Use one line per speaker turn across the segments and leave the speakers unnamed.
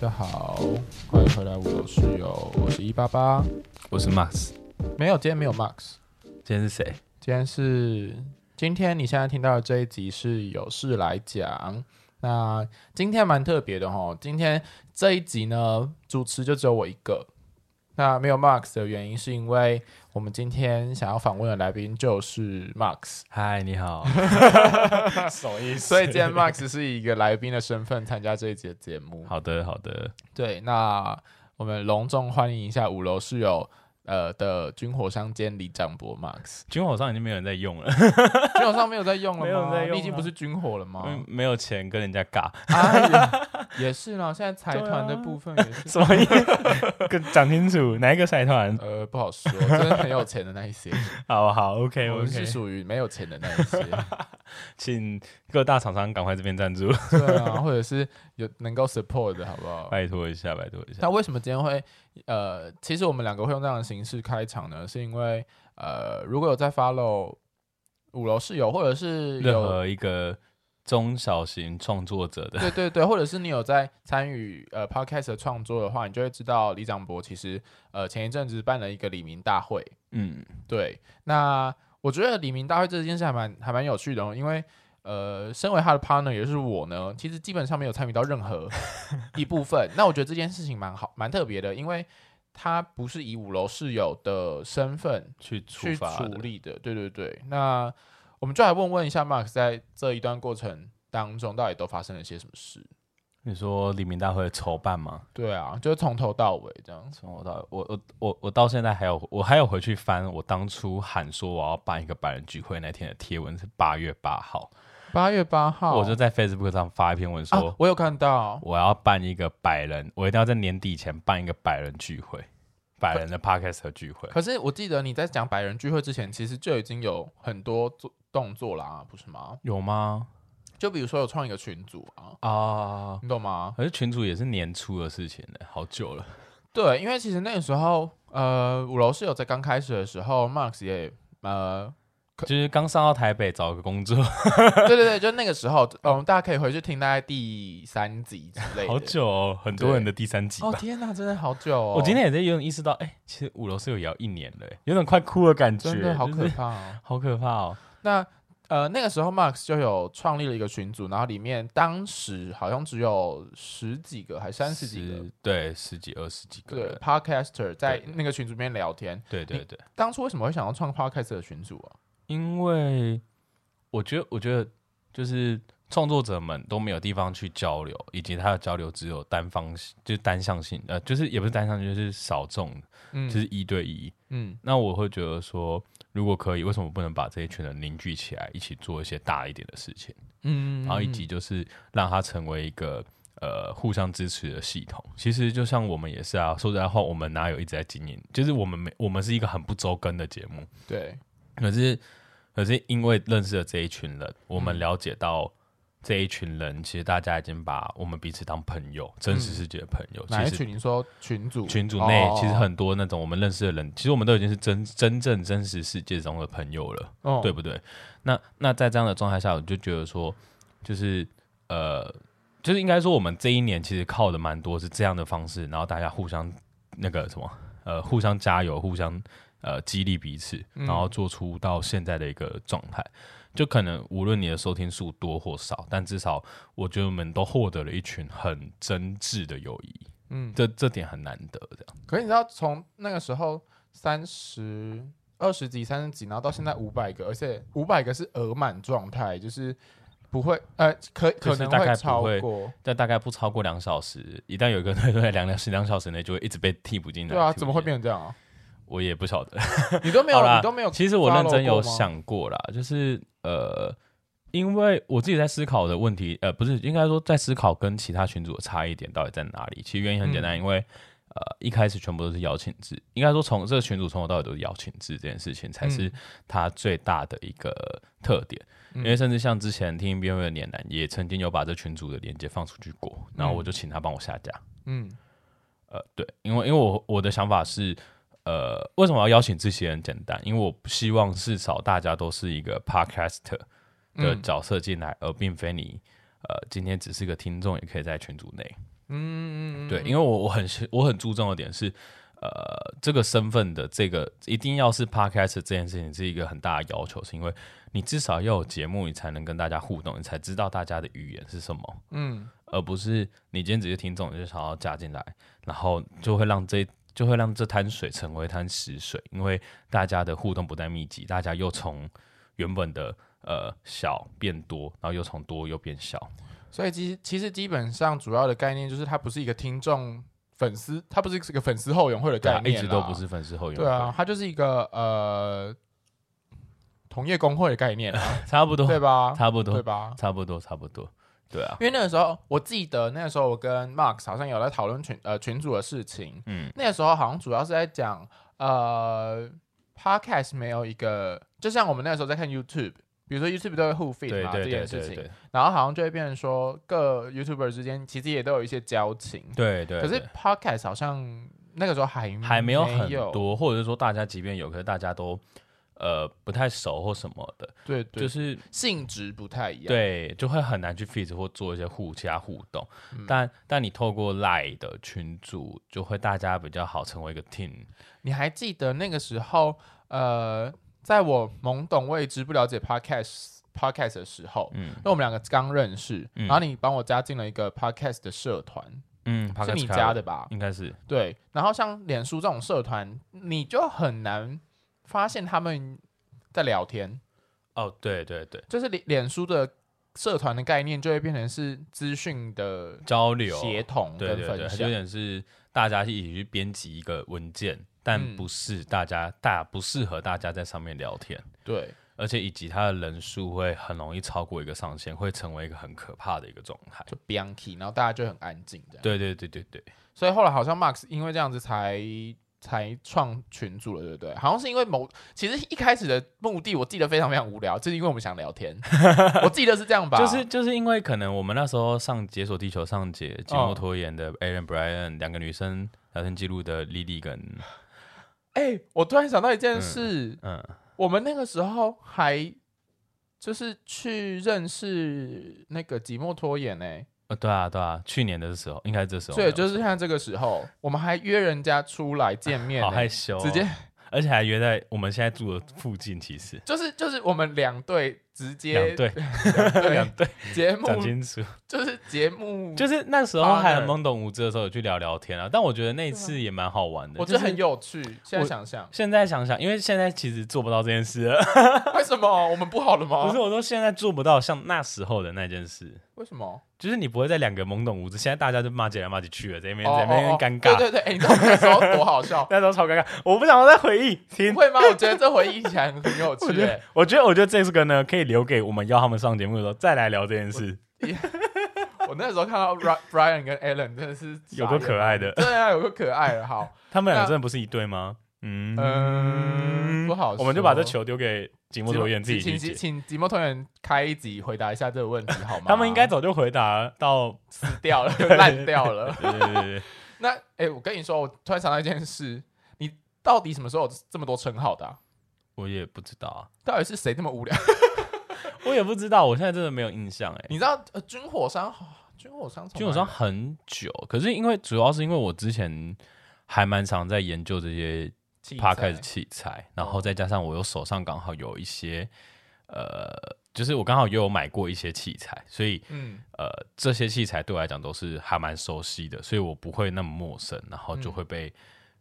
家好，欢迎回来，我是有，我是一八八，
我是 Max，
没有，今天没有 Max，
今天是谁？
今天是今天你现在听到的这一集是有事来讲。那今天蛮特别的哈，今天这一集呢，主持就只有我一个。那没有 Max 的原因是因为我们今天想要访问的来宾就是 Max，
嗨，你好， 什么意思？
所以今天 Max 是以一个来宾的身份参加这一集的节目。
好的，好的，
对，那我们隆重欢迎一下五楼室友呃的军火商兼李长博 Max。
军火商已经没有人在用了，
军火商没有在用了吗？
没有人在用啊嗯
你已经不是军火了吗？
因为 没有钱跟人家尬，
啊，也也是啦，现在财
对啊
团的部分也是。
什么意思？ 跟讲清楚，哪一个财团？
呃，不好说，真的很有钱的那一 些，
好好，OK
我们是
OK，
属于没有钱的那一些，
请各大厂商赶快这边赞 助，
对啊，或者是有能够 support 的好不好？
拜托一下，拜托一下。
那为什么今天会呃，其实我们两个会用这样的形式开场呢？是因为呃，如果有在 follow 五楼室友，或者是
任
有
何一个中小型创作者的，
对对对，或者是你有在参与呃 podcast 的创作的话，你就会知道李长博其实呃前一阵子办了一个李明大会。
嗯，
对，那我觉得李明大会这件事还蛮还蛮有趣的、哦，因为呃，身为他的 partner 也就是我呢，其实基本上没有参与到任何一部分。那我觉得这件事情蛮好蛮特别的，因为他不是以五楼室友的身份
去处
去处
罚的，
理的。对对对，那我们就来问问一下 Mark 在这一段过程当中到底都发生了些什么事。
你说黎明大会的筹办吗？
对啊，就是从头到尾这样子。
从我到我我我我到现在还有我还有回去翻我当初喊说我要办一个百人聚会那天的贴文是八月八号，
八月八号，
我就在 Facebook 上发一篇文说、
哦啊，我有看到，
我要办一个百人，我一定要在年底前办一个百人聚会，百人的 Podcast 和聚会。
可是我记得你在讲百人聚会之前，其实就已经有很多做动作啦，不是吗？
有吗？
就比如说有创一个群组啊，
啊，
你懂吗？
可是群主也是年初的事情了，好久了。
对，因为其实那个时候，呃，五楼室友在刚开始的时候，Max 也呃，
就是刚上到台北找个工作，
对对对，就那个时候，嗯，大家可以回去听大概第三集之类的。
好久、哦，很多人的第三集吧。
哦，天哪，真的好久哦！
我今天也在有点意识到，哎、其实五楼是有摇一年了、哎有点快哭的感觉，
真的好
就是
可怕哦。
好可怕哦！
那呃，那个时候 Max 就有创立了一个群组，然后里面当时好像只有十几个还三十几个
十对，十几二十几个
对
人，
podcaster 在
对
那个群组里面聊天。
对对对，
当初为什么会想要创 podcast 的群组啊？
因为我觉得，我觉得就是创作者们都没有地方去交流，以及他的交流只有单方，就是单向性，呃，就是也不是单向，就是少众，
嗯，
就是一对一。
嗯
那我会觉得说，如果可以，为什么不能把这一群人凝聚起来，一起做一些大一点的事情？
嗯，
然后以及就是让它成为一个呃互相支持的系统。其实就像我们也是啊，说实在话，我们哪有一直在经营？就是我们没，我们是一个很不周更的节目，
对，
可是可是因为认识了这一群人，我
嗯
们了解到。这一群人，其实大家已经把我们彼此当朋友，真实世界的朋友。
嗯哪一
哦其实
群？你说群组？
群组内
哦
其实很多那种我们认识的人，其实我们都已经是真真正真实世界中的朋友了。
哦
对不对？那那在这样的状态下，我就觉得说，就是呃，就是应该说，我们这一年其实靠的蛮多是这样的方式，然后大家互相那个什么呃，互相加油，互相呃激励彼此，
嗯
然后做出到现在的一个状态。就可能无论你的收听数多或少，但至少我觉得我们都获得了一群很真挚的友谊，
嗯。
这这点很难得。这样
可是你知道，从那个时候三十二十几、三十几，然后到现在五百个，而且五百个是额满状态，就是不会呃，可
就
可
是
能
大概不
超
会
过。
但大概不超过两小时，一旦有一个队在两两两小时内就会一直被替补进来。
对啊，
替补
怎么会
进
变
来
成这样啊？
我也不晓 得。
你都没有，
好啦
你都没有 follow 过吗。
其实我认真有想过啦，就是呃，因为我自己在思考的问题，呃，不是应该说在思考跟其他群组的差异点到底在哪里。其实原因很简
嗯
单，因为呃一开始全部都是邀请制，应该说从这个群组从头到尾都是邀请制这件事情才是它最大的一个特点。
嗯，
因为甚至像之前听 B 会的年男也曾经有把这群组的连接放出去过，然后我就请他帮我下架。
嗯
呃，对，因为因为我我的想法是，呃，为什么要邀请这些人？简单，因为我不希望至少大家都是一个 podcaster 的
嗯
角色进来，而并非你呃今天只是个听众，也可以在群组内。
嗯嗯嗯，
对，因为我我很我很注重的点是，呃，这个身份的这个一定要是 podcast 这件事情是一个很大的要求，是因为你至少要有节目，你才能跟大家互动，你才知道大家的语言是什么，
嗯
而不是你今天只是听众你就想要加进来，然后就会让这就会让这滩水成为一滩死水，因为大家的互动不再密集，大家又从原本的呃小变多，然后又从多又变小。
所以其其实基本上主要的概念就是它不是一个听众粉丝，它不是一个粉丝后援会的
对、
概
啊，一
念、
直都不。是粉丝后援会，
对啊，它就是一个呃同业工会的概念 啊、
差不多，
对吧？
差不多
对，吧？
差不多，差不多，对啊，
因为那个时候，我记得那个时候我跟 Max 好像有在讨论群呃群主的事情。
嗯，
那个时候好像主要是在讲呃 Podcast 没有一个，就像我们那个时候在看 YouTube，比如说 YouTube 都会互 feed
对
嘛
对
这
对
件
对
事
对
情，
对
然后好像就会变成说各 YouTuber 之间其实也都有一些交情，
对对，
可是
对
Podcast 好像那个时候还
还没
没
有很
有，
多，或者是说大家即便有，可是大家都呃不太熟或什么的，
对对，
就是是
性质不太一样。，
对，就会很难去 fit 或做一些互加互动。
嗯
但但你透过 Line 的群组，就会大家比较好成为一个 team。
你还记得那个时候，呃，在我懵懂未知、不了解 Podcast Podcast 的时候，
嗯
那我们两个刚认识，
嗯
然后你帮我加进了一个 Podcast 的社团，
嗯，
是
Podcast
你
Club
加的吧？
应该是
对，然后像脸书这种社团，你就很难发现他们在聊天，
哦，对对对，
就是脸脸书的社团的概念就会变成是资讯的
交流啊
协同
对
跟
对对，
分
它就
享。
有点是大家一起去编辑一个文件，但
嗯
不是大家、大不适合大家在上面聊天，
对，
而且以及它的人数会很容易超过一个上限，会成为一个很可怕的一个状态。
就 Bianchi，然后大家就很安静这样。
对对对对对，
所以后来好像 Max 因为这样子才才创群组了，对不对？好像是因为某，其实一开始的目的我记得非常非常无聊，就是因为我们想聊 天，我记得是这样吧？
就是就是因为可能我们那时候上《解锁地球》上节《
哦
寂寞拖延》的 Aaron Bryan 两个女生聊天记录的 Lily 跟
哎、我突然想到一件事，
嗯
我们那个时候还就是去认识那个寂寞拖延呢、欸
呃对啊对啊，去年的时候应该是这时候
所
聊
以
的，
就是现在这个时候，我们还约人家出来见面、
好
呢，
害羞、哦
直接，
而且还约在我们现在住的附近，其实
就是就是我们两队直接
两对
两
两对
队节目
讲 清楚。
就是节目
就是那时候还
Partner
很懵懂无知的时候，有去聊聊天啊。但我觉得那一次也蛮好玩的。
我觉
就
得
是
很有趣。现在
我，
想想
现在想想，因为现在其实做不到这件事了。
为什么我们不好了
不
吗
是，？我说现在做不到像那时候的那件事，
为什么？
就是你不会在两个懵懂无知，现在大家就骂起来骂起去了，在那边
哦
在那边
哦哦
尴尬。，
对对对，哎，你知道那时候多好笑
那时候超尴尬，我不想要再回忆。
不
听，
会吗？我觉得这回忆起来很很有
我
趣
觉
欸
得，，我觉得，我觉得这个呢，可以留给我们邀他们上节目的时候再来聊这件事，
我那时候看到 Ra- Brian 跟 Alan 真的是
有多可爱的
傻眼。对啊，有个可爱的，好，
他们俩
那
真的不是一对吗？
嗯
嗯，
不好
我们就把这
说
球丢给吉木卓彦自己
请
去
请
解。
请吉莫同仁开一集回答一下这个问题好吗？
他们应该早就回答到
死掉了，烂掉了。
对对对对，
那哎、诶我跟你说，我突然想到一件事，你到底什么时候有这么多称号的啊、
我也不知道啊，
到底是谁这么无聊？
我也不知道，我现在真的没有印象哎、
你知道呃，军火商，啊军火商从哪里，
军火商很久，可是因为主要是因为我之前还蛮常在研究这些
器
p o d c a
材
s 器材，然后再加上我有手上刚好有一些呃，就是我刚好也有买过一些器材，所以
嗯，
呃，这些器材对我来讲都是还蛮熟悉的，所以我不会那么陌生，然后
嗯
就会被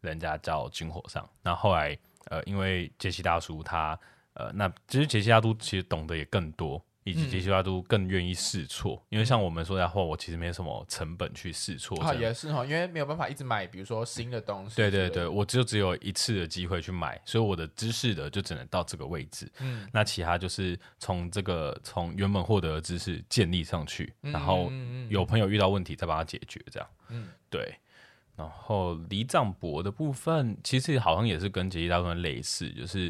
人家叫军火商。那、后来呃，因为杰西大叔他呃，那其实杰西大叔其实懂得也更多，以及
嗯
杰西大叔更愿意试错，因为像我们说的话，我其实没什么成本去试错。
啊
这样
也是哈，因为没有办法一直买，比如说新的东西。
对对对，，我就只有一次的机会去买，所以我的知识的就只能到这个位置。
嗯，
那其他就是从这个从原本获得的知识建立上去，然后
嗯嗯嗯
有朋友遇到问题再把它解决，这样。
嗯
对。然后离藏博的部分，其实好像也是跟杰西大部分类似，就是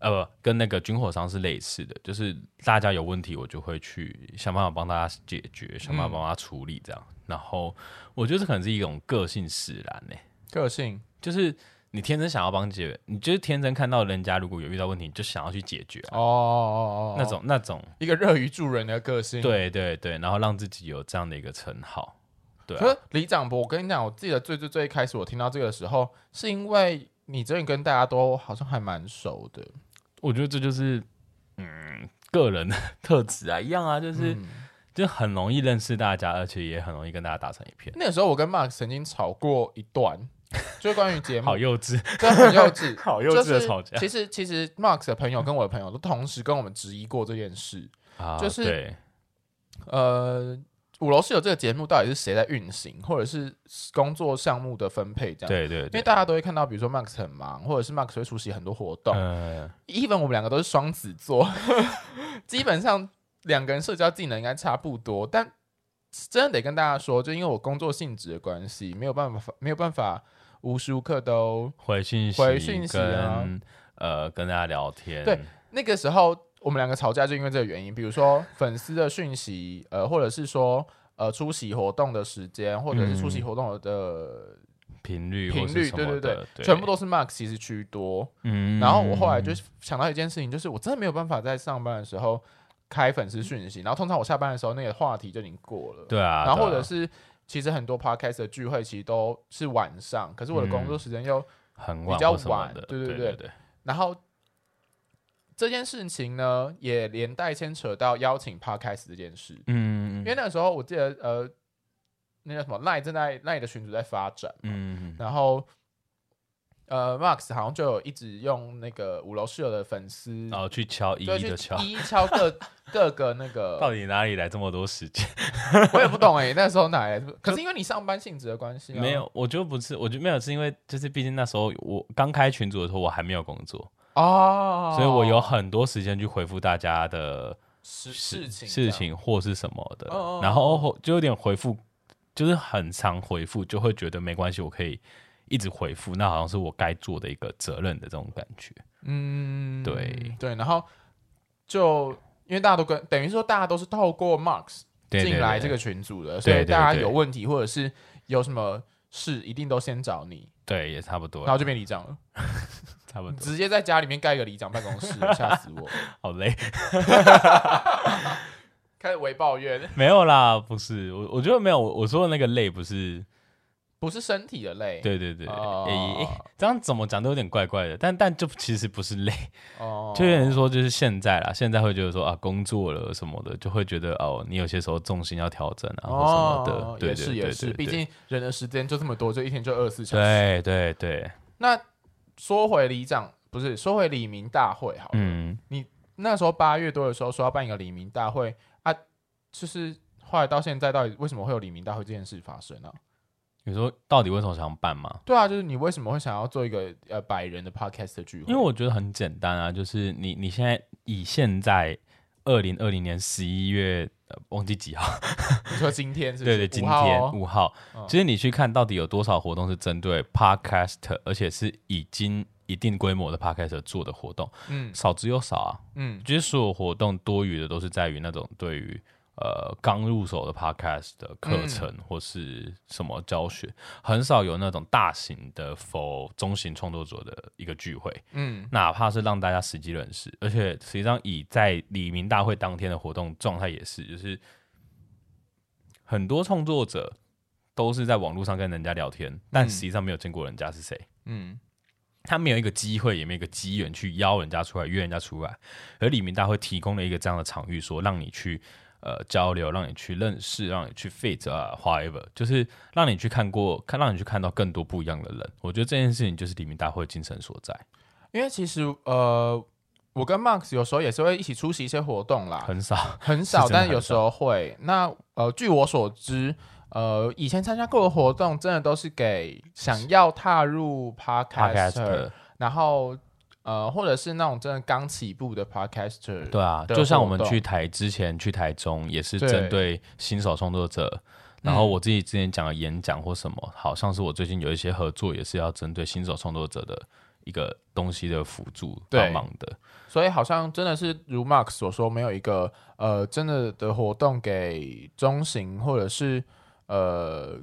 呃不跟那个军火商是类似的，就是大家有问题，我就会去想办法帮大家解决，想办法帮他处理这样。然后我觉得这可能是一种个性使然呢、
个性
就是你天真想要帮解决，你就是天真看到人家如果有遇到问题，你就想要去解决
哦
啊、
哦哦，
那种那种，
一个乐于助人的个性。，
对对对，然后让自己有这样的一个称号，对
可
啊，
是李长博，我跟你讲，我记得最最最一开始我听到这个的时候，是因为你真的跟大家都好像还蛮熟的，
我觉得这就是嗯个人的 特质啊，一样啊，就是、
嗯
就很容易认识大家，而且也很容易跟大家打成一片。
那个时候我跟 Mark 曾经吵过一 段，就关于节目
好，幼稚，，
真的很幼稚
好幼稚的吵架
嗯就是、其实其实 Mark 的朋友跟我的朋友都同时跟我们质疑过这件事。
啊
就是
对
呃，五楼室友这个节目到底是谁在运行，或者是工作项目的分配这样？
对对
因为
对，
大家都会看到，比如说 Max 很忙，或者是 Max 会出席很多活动。
嗯，
even 我们两个都是双子座， 基本上两个人社交技能应该差不多，但真的得跟大家说，就因为我工作性质的关系，没有办法，没有办法无时无刻都
回信息，
回讯息啊
跟呃跟大家聊天，
对那个时候我们两个吵架就因为这个原因，比如说粉丝的讯息，呃，或者是说呃出席活动的时间，或者是出席活动的
频率
频
或是
率，
什
对对
么
对
的，，
全部都是 Max 其实居多。
嗯
然后我后来就想到一件事情，就是我真的没有办法在上班的时候开粉丝讯息，然后通常我下班的时候那个话题就已经过了，
嗯对啊，
然后
对啊
或者是。其实很多 podcast 的聚会其实都是晚上，可是我的工
嗯
作时间又
很
比
晚
较
或什么
晚
的，
对对
对
对
对，
然后这件事情呢，也连带牵扯到邀请 podcast 这件事，
嗯，
因为那个时候我记得呃，那叫什么赖正在赖的群组在发展，
嗯
然后呃，Max 好像就有一直用那个五楼室友的粉丝，
然后去敲一
就
一
去
的敲，
一一敲各各个那
到
个，
底哪里来这么多时间？
我也不懂哎、那时候哪来的？可是因为你上班性质的关系、啊，
没有，我就不是，我就没有，是因为就是毕竟那时候我刚开群组的时候，我还没有工作，
哦，
所以我有很多时间去回复大家的
事事情
事，情或是什么的
哦哦哦，
然后就有点回复，就是很常回复，就会觉得没关系，我可以一直回复，那好像是我该做的一个责任的这种感觉。
嗯，
对
对，然后就因为大家都跟等于说大家都是透过 Marks
对对
进来这
对
个群组的，所
对
以
对
大家
对
有问题或者是有什么事，一定都先找你，
对也差不多
然，后就变里长了，
差不多，
直接在家里面盖一个里长办公 室，吓死我！
好累。
开始微抱怨，
没有啦，不是我，我觉得没有。我我说的那个累不是，
不是身体的累，
对对对，
哦
诶诶这样怎么讲都有点怪怪的。但但就其实不是累，
哦，
就有人说就是现在啦，现在会觉得说啊，工作了什么的，就会觉得哦，你有些时候重心要调整啊，或什么的。
哦
对
也
对
是
对
也
对
是，
对，
毕竟人的时间就这么多，就一天就二十四小时。
对对对，
那说回里长，不是说回李明大会好了，
嗯，
那时候八月多的时候说要办一个黎明大会啊，就是后来到现在到底为什么会有黎明大会这件事发生呢、
你说到底为什么想办嘛？
对啊，就是你为什么会想要做一个呃百人的 podcast 的聚会？
因为我觉得很简单啊，就是你你现在以现在二零二零年十一月、呃、忘记几号。
你说今天是不
对
是
对，今
5号
天
哦
五号
嗯，
其实你去看到底有多少活动是针对 podcast，而且是已经一定规模的 podcast 做的活动，
嗯
少之又少啊。
嗯
其实所有活动多余的都是在于那种对于呃刚入手的 podcast 的课程或是什么教学，很少有那种大型的 for 中型创作者的一个聚会。
嗯
哪怕是让大家实际认识，而且实际上以在李明大会当天的活动状态也是，就是很多创作者都是在网络上跟人家聊天，但实际上没有见过人家是谁，
嗯，
他没有一个机会，也没有一个机缘去邀人家出来，约人家出来，而李明大会提供了一个这样的场域，说让你去。呃，交流让你去认识，让你去 fit 啊，however，就是让你去看过，看让你去看到更多不一样的人。我觉得这件事情就是李明大会精神所在，
因为其实呃，我跟 Max 有时候也是会一起出席一些活动啦，
很少。
很
是
少，
真的
但
很
有时候会。那呃，据我所知，呃，以前参加过的活动，真的都是给想要踏入 podcaster，
Podcaster
然后呃，或者是那种真的刚起步的 podcaster。
对啊，
的
就像我
活
们
动
去台之前去台中，也是
对
针对新手创作者。然后我自己之前讲的演讲或什么，好像是我最近有一些合作，也是要针对新手创作者的一个东西的辅助
对
帮忙的。
所以好像真的是如 Mark 所说，没有一个呃真的的活动给中型或者是呃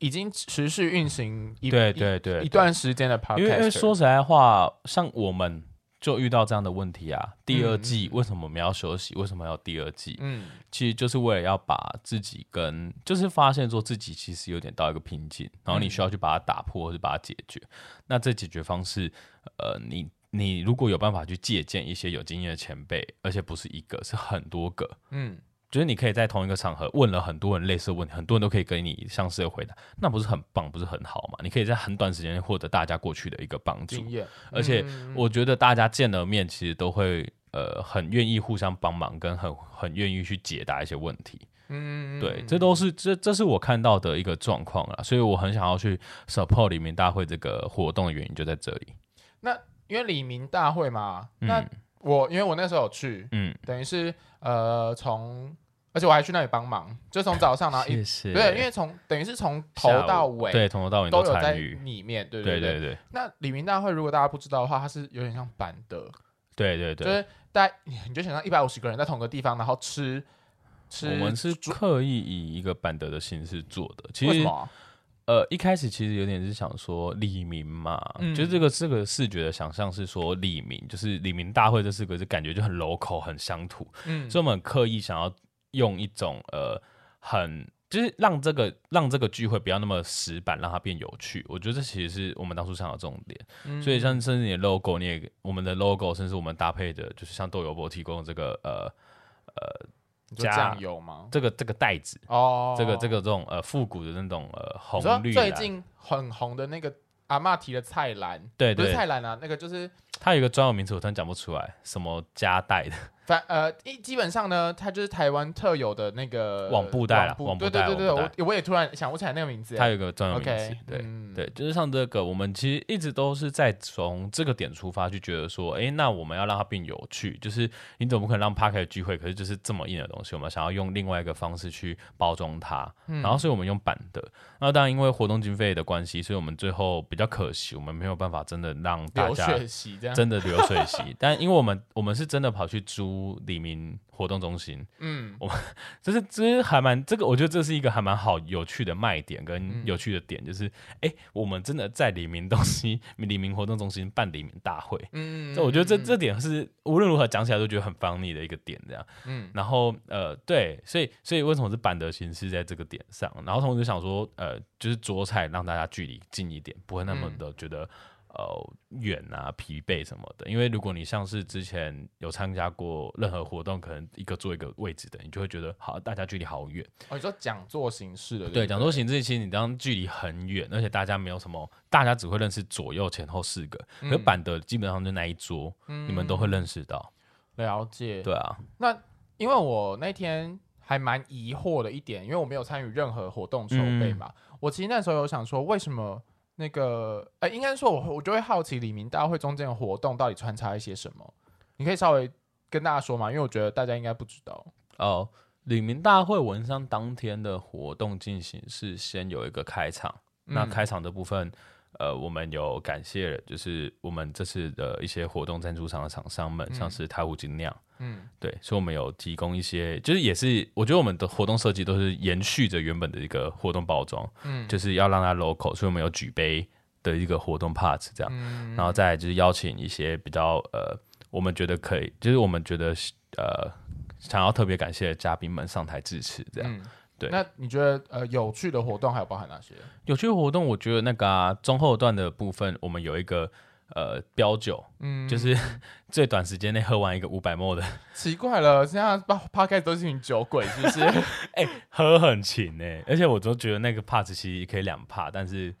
已经持续运行一
对
一
对对，
一段时间的 podcaster。
因为因为说实在话，像我们就遇到这样的问题啊。第二
嗯
季为什么我们要休息？为什么要第二季？
嗯
其实就是为了要把自己跟，就是发现说自己其实有点到一个瓶颈，然后你需要去把它打破或者把它解决。那这解决方式，呃，你你如果有办法去借鉴一些有经验的前辈，而且不是一个，是很多个，
嗯，
就是你可以在同一个场合问了很多人类似的问题，很多人都可以给你相似的回答，那不是很棒，不是很好嘛？你可以在很短时间内获得大家过去的一个帮助
经。验，
而且
嗯
我觉得大家见了面，其实都会呃很愿意互相帮忙，跟很很愿意去解答一些问题。
嗯
对，这都是这这是我看到的一个状况啦，所以我很想要去 support 黎明大会这个活动的原因就在这里。
因为李明大会嘛，
嗯
那我因为我那时候有去，
嗯，
等于是呃从，而且我还去那里帮忙，就从早上然后一
谢
啊对，因为从等于是从头
下午
到尾
对从头到尾
都
都
有在
参与，
里面，对
对
对
对对
那李明大会如果大家不知道的话，它是有点像板的，
对对
就
对，
是大家你就想象一百五十个人在同个地方，然后吃吃，
我们是刻意以一个板德的形式做的，其
为什
实
么啊？
呃，一开始其实有点是想说李明嘛，
嗯
就是这个这个视觉的想象是说李明，就是李明大会这四个字，感觉就很 local 很乡土，
嗯
所以我们刻意想要用一种呃很。就是让这个让这个聚会不要那么死板，让它变有趣。我觉得这其实是我们当初想的重点。
嗯
所以像甚至你的 logo，你也我们的 logo，甚至我们搭配的，就是像豆油波提供的这个呃
你说
加
酱油吗？
这个这个袋子，
哦，
这个这个这种呃复古的那种呃
你说
红绿蓝
最近很红的那个阿嬷提的菜篮，
对
不是
哎对，
菜篮啊，那个就是
它有一个专有名词，我突然讲不出来，什么夹带的，
反呃，一基本上呢，它就是台湾特有的那个
网布袋啦
网
网
布，对
布
对对
袋
对，
网布
我我也突然想不起来那个名字。
它有一个专有名词
OK，
对。
嗯，
对，就是像这个，我们其实一直都是在从这个点出发，去觉得说，诶，那我们要让它变有趣，就是你总不可能让 p a r k 聚会，可是就是这么硬的东西，我们想要用另外一个方式去包装它，
嗯
然后所以我们用版的，那当然因为活动经费的关系，所以我们最后比较可惜，我们没有办法真的让大
流
家
血席这样，
真的流水席， 但因为我们我们是真的跑去租李明活动中心，
嗯，
就是 这还蛮这个，我觉得这是一个还蛮好有趣的卖点
嗯
跟有趣的点，就是哎、诶我们真的在李明东西 李明活动中心办李明大会，
嗯，
这我觉得这这点是无论如何讲起来都觉得很 funny 的一个点，这样。
嗯
嗯，然后呃，对，所以所以为什么是板德形式在这个点上？然后同时想说，呃，就是桌菜让大家距离近一点，不会那么的觉得、呃远啊、疲惫什么的。因为如果你像是之前有参加过任何活动，可能一个坐一个位置的，你就会觉得好，大家距离好远。
哦，你说讲座形式的，
对，
不
讲座形式其实你当距离很远，而且大家没有什么，大家只会认识左右前后四个，可
嗯
是板德基本上就那一桌，你们都会认识到。
了解。
对啊，
因为我那天还蛮疑惑的一点，因为我没有参与任何活动筹备
嗯
嘛，我其实那时候有想说，为什么那个，呃，应该说我我就会好奇李明大会中间的活动到底穿插一些什么，你可以稍微跟大家说嘛，因为我觉得大家应该不知道。
哦，李明大会文商当天的活动进行是先有一个开场，那
嗯
开场的部分，呃，我们有感谢，就是我们这次的一些活动赞助商的厂商们，像是台虎精酿，
嗯
对，所以我们有提供一些，就是也是我觉得我们的活动设计都是延续着原本的一个活动包装，
嗯
就是要让它 local，所以我们有举杯的一个活动 part 这样，
嗯
然后再来就是邀请一些比较呃，我们觉得可以，就是我们觉得呃，想要特别感谢的嘉宾们上台致辞这样。
嗯，
对
那你觉得呃有趣的活动还有包含哪些？
有趣的活动，我觉得那个、啊、中后段的部分，我们有一个呃标酒，
嗯，
就是 最短时间内喝完一个五百 ml 的，
奇怪了，现在八 p o d 都是一群酒鬼，是不是？
喝很勤呢、而且我都觉得那个 part 其实可以两 part，但是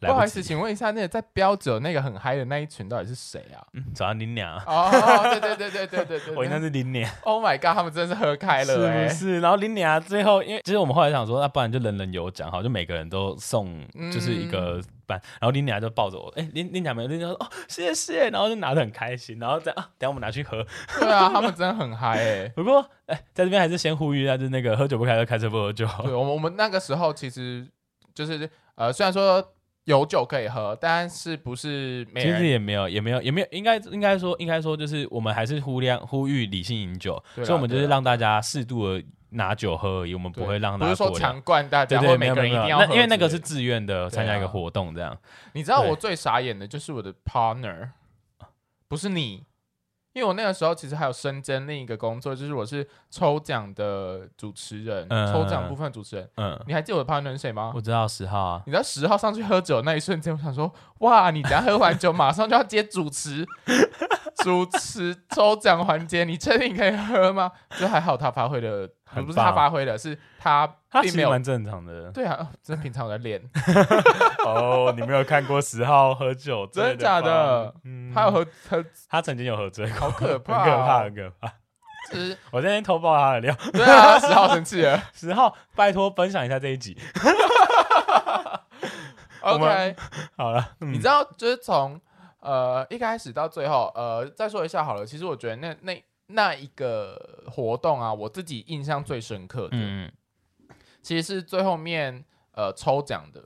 来
不好意
及
思，。请问一下，那个在标者那个很嗨的那一群到底是谁 啊？
嗯早上你俩，
哦，对对对对对对对，
我应该是你俩，
Oh my god，他们真的是喝开了、欸，
是不是？然后你俩最后，因为其实我们后来想说，那不然就人人有奖，好，就每个人都送
嗯
就是一个班，然后林雅就抱着我，哎、林林雅没有，林雅说哦谢谢，然后就拿得很开心，然后再啊，等一下我们拿去喝，
对啊，他们真的很嗨哎、
不过，哎、在这边还是先呼吁一下，就是那个喝酒不开车，开车不喝酒。
对我们我们那个时候其实就是呃，虽然说有酒可以喝，但是不是每
其实
人
也没有，也没有，也没有，应该应该说，应该说，就是我们还是呼量呼吁理性饮酒，
对啦
所以我们就
对
是
啦
让大家适度的拿酒喝而已，我们不会让
不
大
是
家
说
过量。
强灌大
对
家，
对，
或每
没有
个
没
人一
有
定
没
要喝之类
有，那
的，
因为那个是自愿的，
对
参加一个
啊
活动这样。
你知道
对
我最傻眼的就是我的 partner，不是你，因为我那个时候其实还有身兼另一个工作，就是我是抽奖的主持人，
嗯
抽奖部分主持人。
嗯，
你还记得我的 partner 是谁吗
我？知道十号啊，
你知道十号上去喝酒那一瞬间，我想说，哇，你等下喝完酒马上就要接主持， 主持抽奖环节，你确定可以喝吗？就还好他发挥的，
很棒
不是他发挥的，是他
他其
并没
实
有。
蛮正常的。
对啊，真的平常我在 练，
哦，你没有看过十号 喝酒醉
真的假的
吧？嗯
他有喝喝，
他曾经有喝醉过，
好可
很
怕、
可
哦，
怕，很可怕。
就是
我今天偷爆他的料。
对啊，十号生气了。
十号，拜托分享一下这一集。 我
OK，
们好了，
你
嗯
知道，就是从呃一开始到最后，呃，再说一下好了。其实我觉得那那那一个活动啊，我自己印象最深刻的，
嗯，
其实是最后面呃抽奖的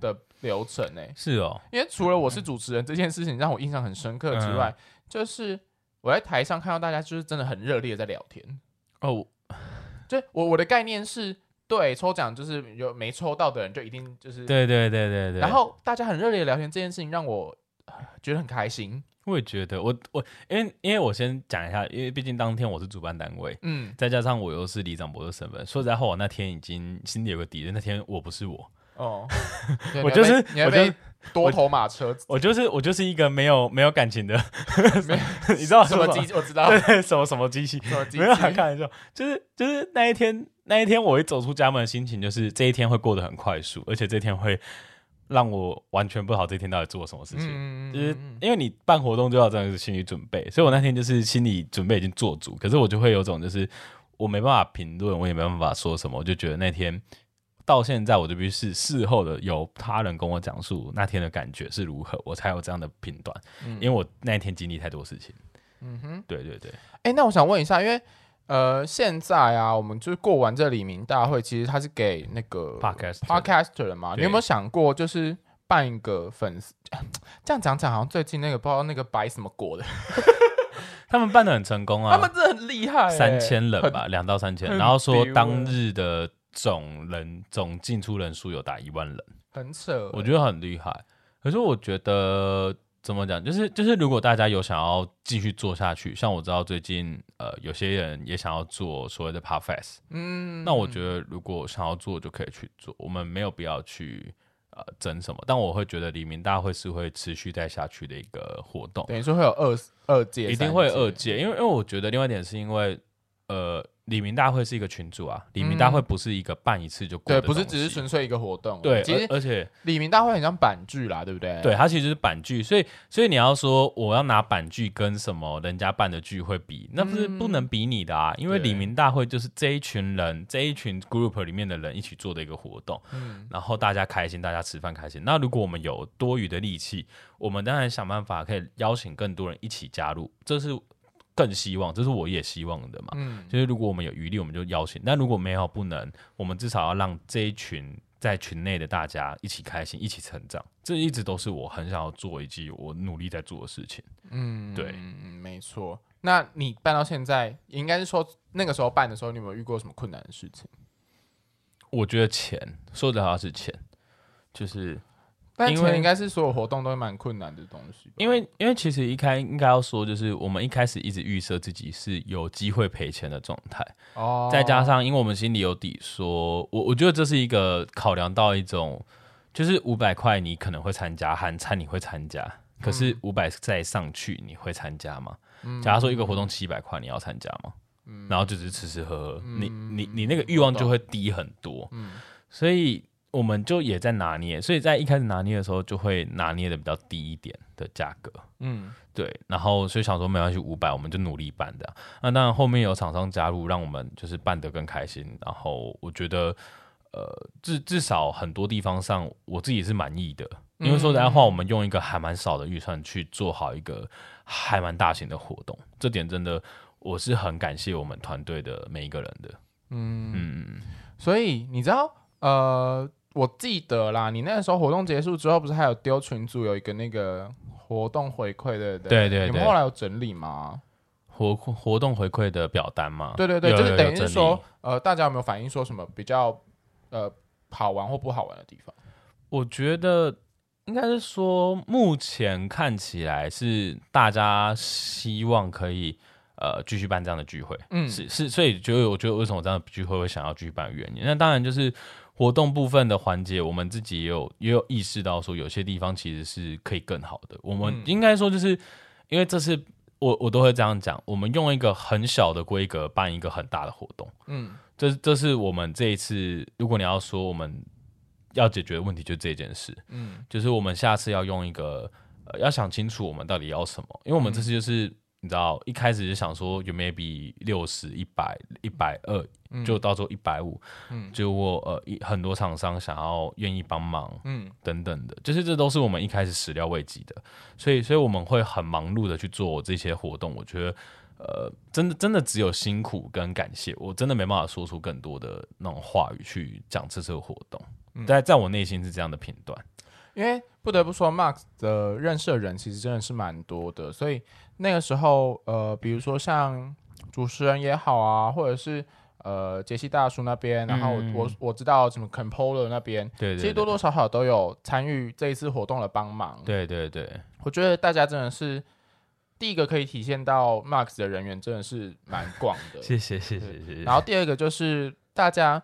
的流程诶、
是哦，
因为除了我是主持人这件事情让我印象很深刻之外，
嗯
就是我在台上看到大家就是真的很热烈地在聊天。
哦，我
就我我的概念是对抽奖就是有没抽到的人就一定就是，
对对对对对。
然后大家很热烈地聊天这件事情让我、呃觉得很开心。
我也觉得，我我因为因为我先讲一下，因为毕竟当天我是主办单位，
嗯
再加上我又是里长伯的身份，说实在话，我那天已经心里有个底了。那天我不是我，
哦，对
我
你
就
还
是
被你还
我就
被
是
多头马车
我就是我就是一个没有没有感情的，
没
你知道我
什
说
么
吗？
机我知道
对 对，什么什么机器？
什么机
没有啊，
器
开玩笑，就是就是那一天那一天，我一走出家门的心情就是这一天会过得很快速，而且这一天会让我完全不知道这一天到底做了什么事情。
嗯
就是因为你办活动就要这样子心理准备，所以我那天就是心理准备已经做足，可是我就会有种就是我没办法评论，我也没办法说什么，我就觉得那天到现在我这边是事后的由他人跟我讲述那天的感觉是如何，我才有这样的评断，
嗯
因为我那一天经历太多事情。
嗯哼，
对对对，
哎、那我想问一下，因为呃，现在啊，我们就是过完这李明大会，其实它是给那个
Podcaster
podcaster 的嘛，你有没有想过就是？办一个粉丝，这样讲讲好像最近那个不知道那个白什么果
啊
的，
他们办的很成功 啊，
他们真的很厉害、欸，
三千人吧，两到三千，
很
然后说
丢欸
当日的总人总进出人数有达一万人，
很扯欸、
我觉得很厉害。可是我觉得怎么讲，就是就是如果大家有想要继续做下去，像我知道最近呃有些人也想要做所谓的 p a r f e s
嗯
那我觉得如果想要做就可以去做，我们没有必要去。呃，争什么？但我会觉得黎明大会是会持续再下去的一个活动，
等于说会有二二届，
一定会
三
二届，因为因为我觉得另外一点是因为，呃，李明大会是一个群主啊，李明
嗯
大会不是一个办一次就过
对，
的
不是
东
只是
西
纯粹一个活动。
对，
其实
而而且
李明大会很像版剧啦，对不对？
对它其实是版剧，所以所以你要说我要拿版剧跟什么人家办的聚会比，那不是
嗯
不能比拟的啊，因为
对
李明大会就是这一群人这一群 group 里面的人一起做的一个活动，
嗯，
然后大家开心，大家吃饭开心。那如果我们有多余的力气，我们当然想办法可以邀请更多人一起加入，这是更希望，这是我也希望的嘛。
嗯
就是如果我们有余力，我们就邀请；但如果没有不能，我们至少要让这一群在群内的大家一起开心，一起成长。这一直都是我很想要做以及我努力在做的事情。
嗯，
对
嗯，嗯没错。那你办到现在，应该是说那个时候办的时候，你有没有遇过什么困难的事情？
我觉得钱，说的好像是钱，就是
但
因
前
为
应该是所有活动都蛮困难的东西吧，
因为因为其实一开应该要说，就是我们一开始一直预设自己是有机会赔钱的状态，
哦，
再加上因为我们心里有底说我我觉得这是一个考量到一种，就是五百块你可能会参加，含餐你会参加，可是五百再上去你会参加吗？假如说一个活动七百块，你要参加吗？然后就只是吃吃喝喝，你你你那个欲望就会低很多，所以我们就也在拿捏，所以在一开始拿捏的时候就会拿捏的比较低一点的价格，
嗯
对，然后所以想说没关系，五百我们就努力办的。那当然后面有厂商加入，让我们就是办得更开心。然后我觉得，呃，至至少很多地方上我自己是满意的，
嗯
因为说实在话，我们用一个还蛮少的预算去做好一个还蛮大型的活动，这点真的我是很感谢我们团队的每一个人的。
嗯，
嗯，
所以你知道，呃，我记得啦，你那个时候活动结束之后，不是还有丢群组有一个那个活动回馈的，不
对
你
对对
们后来有整理吗？
活活动回馈的表单嘛，
对对对，
有
就是
有
等于
有
是
整理
说，呃，大家有没有反映说什么比较呃好玩或不好玩的地方？
我觉得应该是说，目前看起来是大家希望可以呃继续办这样的聚会，
嗯
是是，所以就我觉得为什么这样的聚会会想要继续办的原因，那当然就是活动部分的环节，我们自己也有也有意识到说，有些地方其实是可以更好的。我们
嗯
应该说就是因为这次我我都会这样讲，我们用一个很小的规格办一个很大的活动，
嗯
这这是我们这一次，如果你要说我们要解决的问题，就这件事。
嗯
就是我们下次要用一个，呃，要想清楚我们到底要什么，因为我们这次就是、你知道一开始就想说有 maybe 六十、一百、一百二，就到时候一百五，
嗯
结果呃一很多厂商想要愿意帮忙
嗯
等等的，就是这都是我们一开始始料未及的，所以所以我们会很忙碌的去做这些活动，我觉得。呃，真的真的只有辛苦跟感谢，我真的没办法说出更多的那种话语去讲这次的活动，
嗯
在在我内心是这样的片段。
因为不得不说，Max 的认识的人其实真的是蛮多的，所以那个时候，呃，比如说像主持人也好啊，或者是呃杰西大叔那边，然后我、
嗯
我我知道什么 Composer 那边，
对对对
其实多多少少都有参与这一次活动的帮忙。
对对对，
我觉得大家真的是第一个可以体现到 Max 的人员真的是蛮广的，
谢谢谢谢谢谢。
然后第二个就是大家。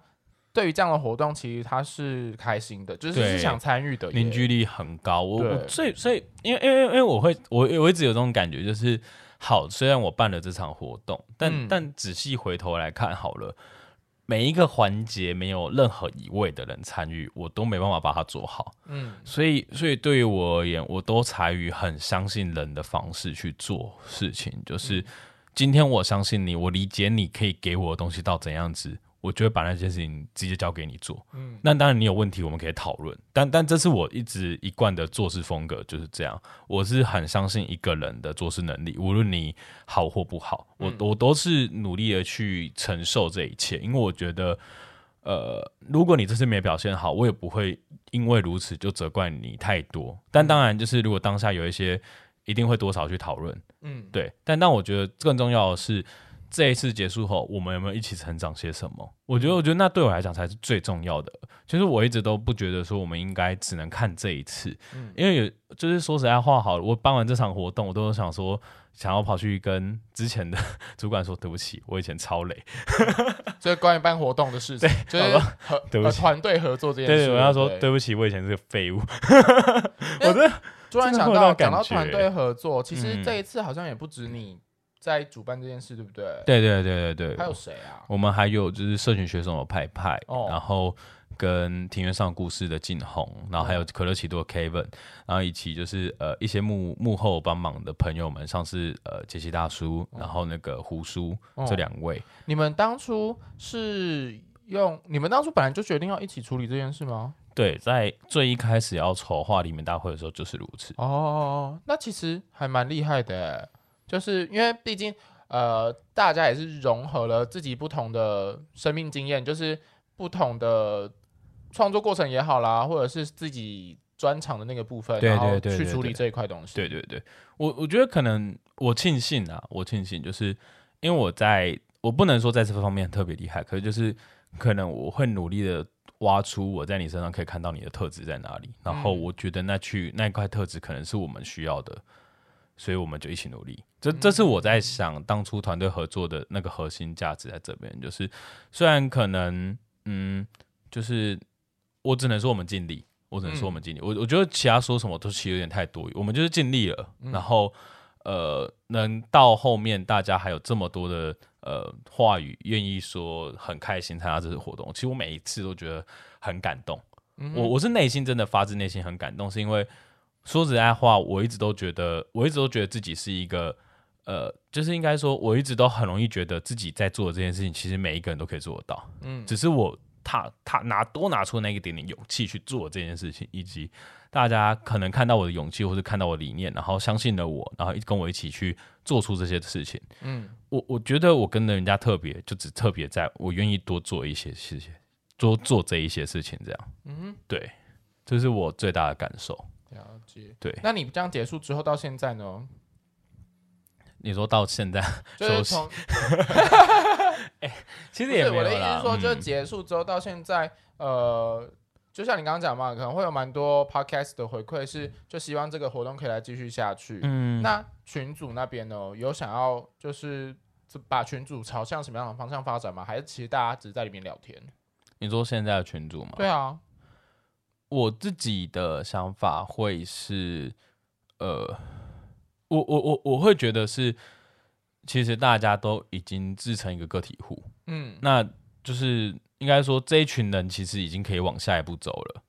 对于这样的活动，其实他是开心的，就是
对
是想参与的耶。
凝聚力很高，我
对
我所以所以因为因为因为我会我我一直有这种感觉，就是好，虽然我办了这场活动，但、
嗯
但仔细回头来看好了。每一个环节没有任何一位的人参与，我都没办法把它做好。
嗯，
所以，所以对于我而言，我都采取很相信人的方式去做事情。就是今天我相信你，我理解你可以给我的东西到怎样子，我就会把那件事情直接交给你做。嗯，那当然你有问题，我们可以讨论。但但这是我一直一贯的做事风格，就是这样。我是很相信一个人的做事能力，无论你好或不好，我、我都是努力的去承受这一切，因为我觉得。呃，如果你这次没表现好，我也不会因为如此就责怪你太多。但当然，就是如果当下有一些，一定会多少去讨论，
嗯，
对。但但我觉得更重要的是，这一次结束后，我们有没有一起成长些什么？我觉得，我觉得那对我来讲才是最重要的。其实我一直都不觉得说我们应该只能看这一次，因为有就是说实在话，好了，我办完这场活动，我都想说。想要跑去跟之前的主管说对不起，我以前超累，
所以关于办活动的事情，就是
好
和
对不
和
起
团队合作这件事。
对，我要说
对
对不起，我以前是个废物。
突然想
真的会有
到，
那种感
讲到
觉
团队合作，其实
嗯
这一次好像也不止你在主办这件事，对不对？
对对对对
还
对
有，谁啊？
我们还有就是社群学生有派派，
哦
然后跟庭院上的故事的静红，然后还
嗯
有可乐奇多的 Kevin，然后以及就是呃一些幕幕后帮忙的朋友们，像是呃杰西大叔，然后那个胡叔
哦
这两位，
你们当初是用你们当初本来就决定要一起处理这件事吗？
对，在最一开始要筹划里面大会的时候就是如此。
哦，那其实还蛮厉害的耶，就是因为毕竟呃，大家也是融合了自己不同的生命经验，就是不同的创作过程也好啦，或者是自己专长的那个部分，
对
然后
对对
去
对
处理
对
这一块东西。
对对对，我我觉得可能我庆幸啊，我庆幸就是因为我在我不能说在这方面特别厉害，可是就是可能我会努力的挖出我在你身上可以看到你的特质在哪里，然后
嗯
我觉得那去那一块特质可能是我们需要的，所以我们就一起努力。这这是我在想当初团队合作的那个核心价值在这边，就是虽然可能嗯，就是我只能说我们尽力，我只能说我们
嗯
尽力。我我觉得其他说什么都其实有点太多余，我们就是尽力了。
嗯
然后呃，能到后面大家还有这么多的呃话语，愿意说很开心参加这次活动，其实我每一次都觉得很感动。
嗯
我我是内心真的发自内心很感动，是因为说实在话，我一直都觉得，我一直都觉得自己是一个。呃，就是应该说，我一直都很容易觉得自己在做的这件事情，其实每一个人都可以做得到。
嗯
只是我踏踏拿多拿出那一点点勇气去做这件事情，以及大家可能看到我的勇气，或是看到我的理念，然后相信了我，然后一跟我一起去做出这些事情。
嗯
我我觉得我跟人家特别，就只特别在我愿意多做一些事情，多做这一些事情，这样
嗯
对，这是我最大的感受。
哼，了解。
对
那你这样结束之后到现在呢？
你说到现在，
就是
休息
从
其
不
实也
是
没有
我的意思
啦
是说，就是
嗯
结束之后到现在，呃，就像你刚刚讲嘛，可能会有蛮多 podcast 的回馈是，就希望这个活动可以来继续下去。
嗯，
那群组那边呢，有想要就是把群组朝向什么样的方向发展吗？还是其实大家只是在里面聊天？
你说现在的群主吗？
对啊，
我自己的想法会是，呃，我我我我会觉得是，其实大家都已经自成一个个体户，
嗯，
那就是应该说这一群人其实已经可以往下一步走了。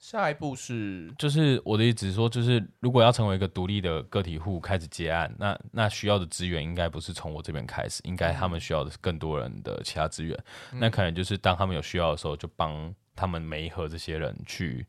下一步是
就是我的意思是说，就是如果要成为一个独立的个体户开始接案，那那需要的资源应该不是从我这边开始，应该他们需要的是更多人的其他资源。那可能就是当他们有需要的时候，就帮他们媒合这些人去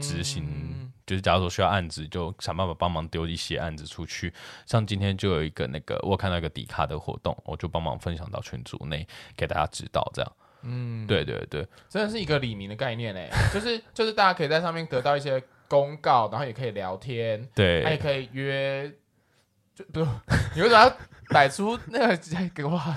执行。
嗯
就是假如说需要案子，就想办法帮忙丢一些案子出去。像今天就有一个那个，我有看到一个迪卡的活动，我就帮忙分享到群组内给大家指导，这样。嗯，对对对，
真的是一个李明的概念哎，就是就是大家可以在上面得到一些公告，然后也可以聊天，
对，
还可以约，就不，你为什么要摆出那个 哎给我？啊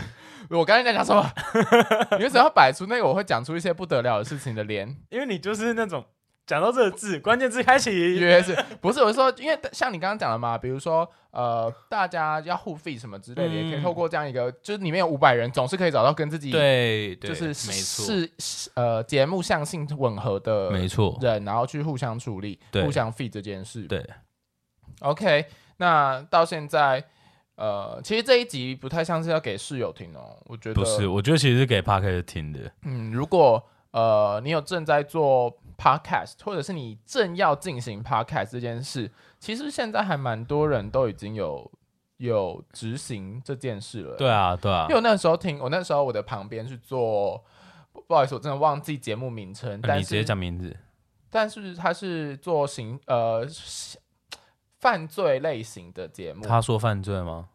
我刚才在讲什么？ 你为什么要摆出那个我会讲出一些不得了的事情的 脸？
因为你就是那种讲到这个字，关键字开启，
约是不是？我是说，因为像你刚刚讲的嘛，比如说呃，大家要互费什么之类的，也可以透过这样一个，就是里面有五百人，总是可以找到跟自己
嗯对，对
就是
没错，
是是呃节目向性吻合的
没错，
人，然后去互相助力，
对
互相 feed 这件事。
对
，OK，那到现在，呃，其实这一集不太像是要给室友听哦，我觉得
不是，，我觉得其实是给 p a r k e r 听的，
嗯，如果呃你有正在做 podcast，或者是你正要进行 podcast 这件事，其实现在还蛮多人都已经有有执行这件事了。
对啊，对啊
因为，我那时候听，我那时候我的旁边是做，不不好意思，我真的忘记节目名称，
呃
但
你直接
是
讲名字，
但是他是做刑呃是犯罪类型的节目，
他说犯罪吗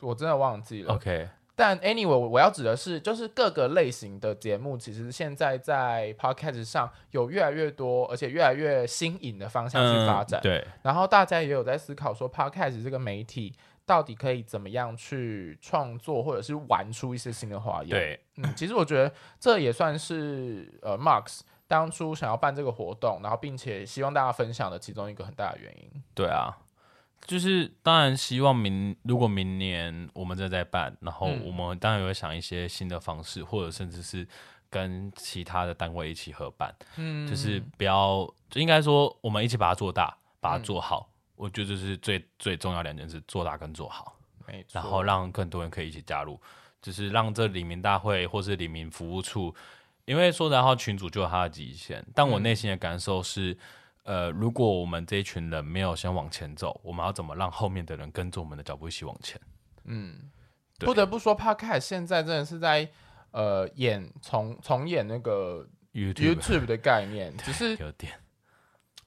我真的忘记了。
？OK，
但 anyway，我我要指的是，就是各个类型的节目，其实现在在 podcast 上有越来越多，而且越来越新颖的方向去发展。
嗯对，
然后大家也有在思考说，podcast 这个媒体到底可以怎么样去创作，或者是玩出一些新的花样。
对，
嗯，其实我觉得这也算是呃，Max 当初想要办这个活动，然后并且希望大家分享的其中一个很大的原因。
对啊，就是当然希望明如果明年我们再再办，然后
嗯
我们当然也会想一些新的方式，或者甚至是跟其他的单位一起合办，
嗯嗯
就是不要，就应该说我们一起把它做大，把它做好。我觉得这是最最重要两件事，做大跟做好。
没错，
然后让更多人可以一起加入，就是让这李明大会或是李明服务处，因为说实在话，群主就有他的极限。但我
嗯
内心的感受是，呃，如果我们这一群人没有先往前走，我们要怎么让后面的人跟着我们的脚步一起往前？
嗯，
对
不得不说，Podcast 现在真的是在呃演重重演那个
YouTube
YouTube 的概念，只 是
有点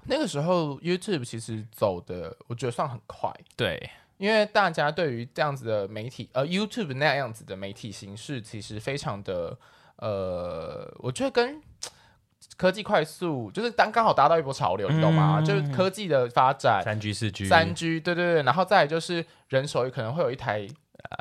那个时候 YouTube 其实走的，我觉得算很快，
对，
因为大家对于这样子的媒体，呃，YouTube 那样子的媒体形式，其实非常的，呃，我觉得跟科技快速就是刚刚好达到一波潮流，你懂吗？
嗯
就是科技的发展。
三 G 四 G
三 G，对对对，然后再来就是人手可能会有一台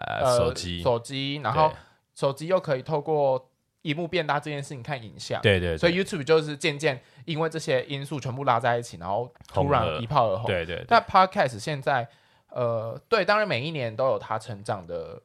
呃手机，
手机，然后
对
手机又可以透过荧幕变大这件事情看影像，
对对，
所
以
以 YouTube 就是渐渐因为这些因素全部拉在一起，然后突
红了
然一炮而红。
对对对
那 Podcast 现在，呃，对，当然每一年都有它成长的，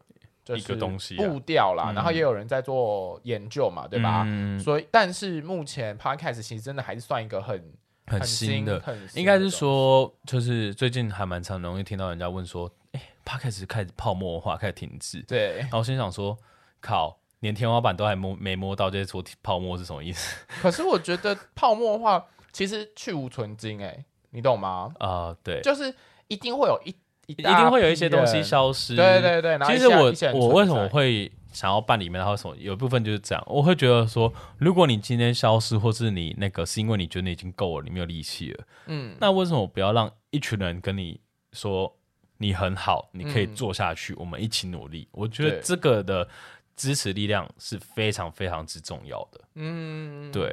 就是
一个东西啊
步调啦，
嗯
然后也有人在做研究嘛，对吧？
嗯
所以，但是目前 Podcast 其实真的还是算一个很
很新的，
很新的
应该是
东西
说，就是最近还蛮常容易听到人家问说，哎、他开始开始泡沫化，开始停滞，
对。
然后我心想说，靠，连天花板都还摸没摸到，这些说泡沫是什么意思？
可是我觉得泡沫化其实去无存精、欸，你懂吗？
啊、对，
就是一定会有一一
一
一
定会有一些东西。消失。
对对对，然后
其
一
实
下
我
一些人
我
存
为什么
在
会想要办里面，然后什么有一部分就是这样，我会觉得说，如果你今天消失，或是你那个是因为你觉得你已经够了，你没有力气了，
嗯
那为什么不要让一群人跟你说你很好，你可以做下去，我们一起努力？我觉得
嗯对
这个的支持力量是非常非常之重要的。
嗯，
对，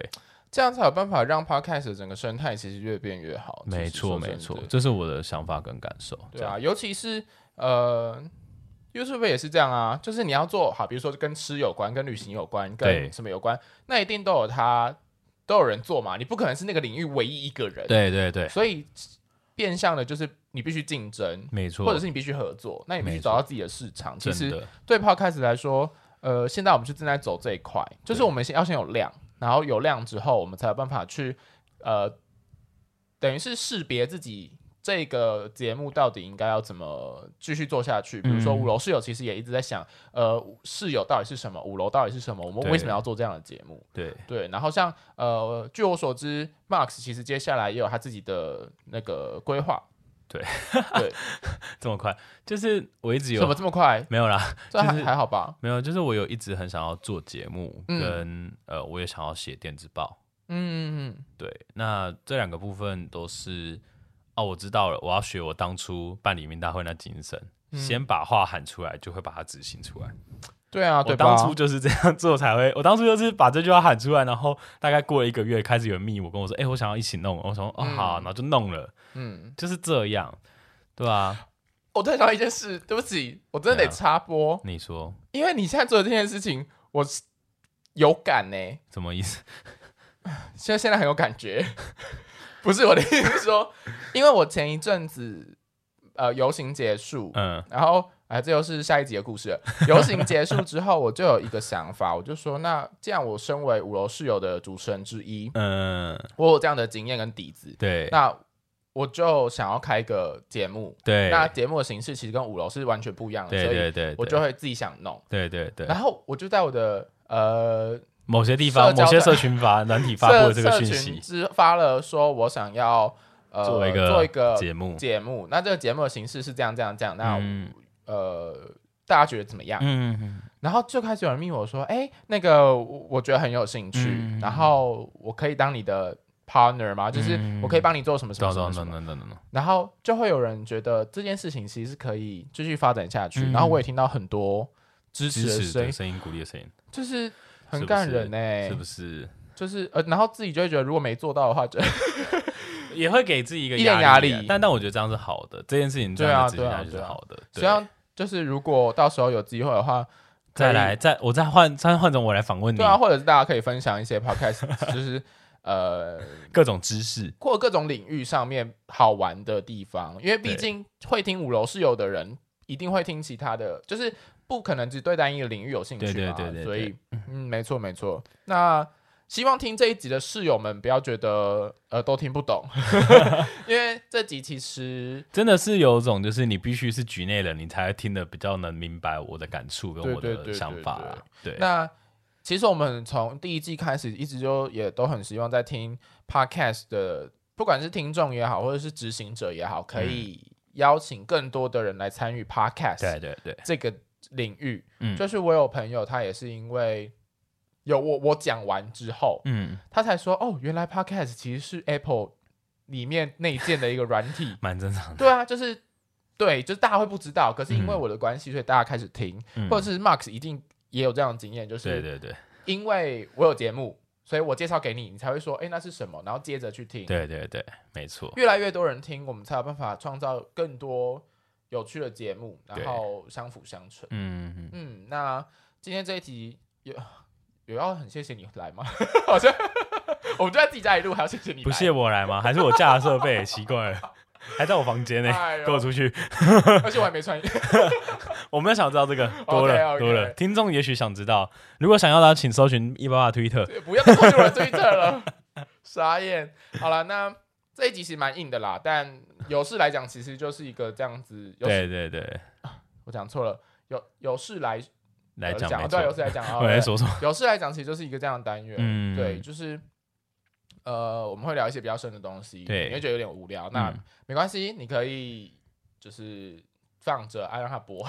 这样才有办法让 podcast 的整个生态其实越变越好。
没
其实说
错
真
没
的
错，这是我的想法跟感受。
对
这样
啊，尤其是呃。YouTube 也是这样啊，就是你要做好，比如说跟吃有关、跟旅行有关、
对
跟什么有关，那一定都有它都有人做嘛，你不可能是那个领域唯一一个人。，
对对对，
所以变相的就是你必须竞争，
没错，
或者是你必须合作，那你必须
没错
找到自己的市场。其
真
实
的
对 Podcast 来说，呃，现在我们是正在走这一块，就是
对
我们先要先有量，然后有量之后，我们才有办法去呃，等于是识别自己这个节目到底应该要怎么继续做下去。比如说
嗯
五楼室友其实也一直在想，呃，室友到底是什么，五楼到底是什么，我们为什么
对
要做这样的节目？
对
对，然后像呃，据我所知，Max 其实接下来也有他自己的那个规划，
这么快，就是我一直
怎么
有
这么快？
没有啦，
这还、
就是
还好吧？
没有，就是我有一直很想要做节目，
嗯
跟呃，我也想要写电子报。
嗯嗯嗯，
对，那这两个部分都是哦，我知道了，我要学我当初办黎明大会那精神，
嗯
先把话喊出来，就会把它执行出来。
对啊，对
我
吧？
当初就是这样做才会，我当初就是把这句话喊出来，然后大概过了一个月，开始有人密我跟我说，哎、我想要一起弄，我说哦
嗯
好，然后就弄了，
嗯。
就是这样，对啊？
我突然想到一件事，对啊不起，我真的得
怎
插播，
你说
因为你现在做的这件事情，我是有感呢、
什么意思？
现在现在很有感觉。 不是我的意思是说，因为我前一阵子呃游行结束，
嗯
然后哎、这又是下一集的故事了。游行结束之后，我就有一个想法，我就说，那既然我身为五楼室友的主持人之一，
嗯，
我有这样的经验跟底子，
对
那我就想要开一个节目。
对，
那节目的形式其实跟五楼是完全不一样的，
对
所以
对对，
我就会自己想弄。
对对对，
然后我就在我的呃
某些地方
社交
某些
的
社群发软体发布
社
了这个
社
讯
群
息，
之发了说我想要呃
做一
做
个
一个
节目，
节目，那这个节目的形式是这样这样这样，那、
嗯
呃大家觉得怎么样？
嗯嗯
然后就开始有人密我说，哎，那个我我觉得很有兴趣，
嗯
然后我可以当你的 partner 吗？就是我可以帮你做什么什么
嗯懂
什么什
懂懂
么，
懂懂懂，
然后就会有人觉得这件事情其实是可以继续发展下去，
嗯
然后我也听到很多支持
支
的
持
声
的
音，
声音，鼓励的声音，
就是很
是不
感
是
人呢、
是不是
就是呃，然后自己就会觉得，如果没做到的话，就
也会给自己一个
一点
压
压
啊
力
但但我觉得这样是好的，这件事情这样子执
对
行
啊
下去
对啊
是好的。
希
对，
望就是如果到时候有机会的话，可以
再来，再我再换，再换成我来访问你
对啊，或者是大家可以分享一些 podcast，就是 呃，
各种知识。
或各种领域上面好玩的地方，因为毕
对
竟会听五楼室友的人，一定会听其他的，就是不可能只对单一的领域有兴趣嘛，
对对对对
所以嗯，没错没错，那。希望听这一集的室友们不要觉得呃都听不 懂，因为这集其实
真的是有种，就是你必须是局内人，你才会听得比较能明白我的感触跟
对
我
对对
的想
对
法
对
啦。对，
那其实我们从第一季开始，一直就也都很希望在听 podcast 的，不管是听众也好，或者是执行者也好，可以邀请更多的人来参与 podcast
嗯对对对，
这个领域。
嗯
就是我有朋友，他也是因为有我我讲完之后，
嗯，。
他才说哦，原来 podcast 其实是 Apple 里面内建的一个软体
蛮正常的。
对啊，就是。对，就是大家会不知道，可是因为
嗯
我的关系，所以大家开始听，
嗯
或者是 Max 一定也有这样的经验，就是
对对对
因为我有节目，所以我介绍给你，你才会说，哎，那是什么？然后接着去听，
对对对，没错。
越来越多人听，我们才有办法创造更多有趣的节目，然后相辅相成。
嗯，嗯
嗯，那今天这一集有有要很谢谢你来吗？ 好像我们就在自己家里录，还要谢谢你来，
不谢我来吗？还是我架的设备？奇怪了，还在我房间呢、
哎呦
给我出去！
而且我还没穿衣服。
我没有想知道这个，多了
OK，OK
多了。听众也许想知道，如果想要的话，请搜寻一八八 Twitter。
不要再关注我的 Twitter 了，傻眼。好了，那这一集其实蛮硬的啦，但有事来讲，其实就是一个这样子。有
对对对，
我讲错了，有有事来
来
有
讲没
哦
错
对，有。事来 讲啊，
我
对
在说什么？
有事来讲，其实就是一个这样的单元，
嗯
对，就是呃，我们会聊一些比较深的东西，
对
你会觉得有点无聊，那、
嗯
没关系，你可以就是放着，啊，让它播，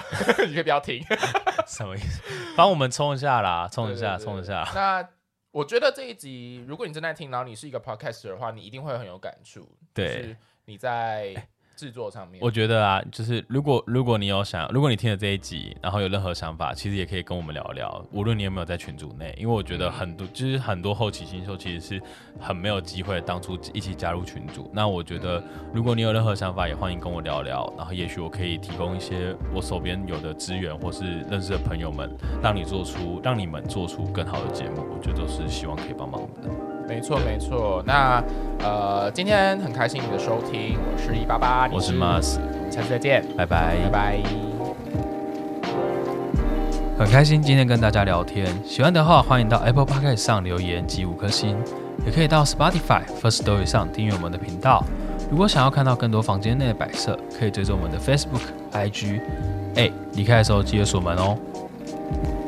你可以不要听，
什么意思？帮我们冲一下啦，冲一下，
对
冲一下。。
对对对那我觉得这一集，如果你正在听，然后你是一个 podcaster 的话，你一定会很有感触，就
对
是，你在制作上面，
我觉得啊，就是如果如果你有想，如果你听了这一集，然后有任何想法，其实也可以跟我们聊聊，无论你有没有在群组内，因为我觉得很多就是很多后期新秀其实是很没有机会当初一起加入群组。那我觉得如果你有任何想法，也欢迎跟我聊聊，然后也许我可以提供一些我手边有的资源或是认识的朋友们，让你做出让你们做出更好的节目，我觉得都是希望可以帮忙的。
没错没错。那呃，今天很开心你的收听，我是一八八，
我是
马，
Mars，
我们下次再见，
拜拜
拜。拜。
很开心今天跟大家聊天，喜欢的话欢迎到 Apple Podcast 上留言及五颗星，也可以到 Spotify、First Story 上订阅我们的频道。如果想要看到更多房间内的摆设，可以追踪我们的 Facebook、IG。哎，离开的时候记得锁门哦。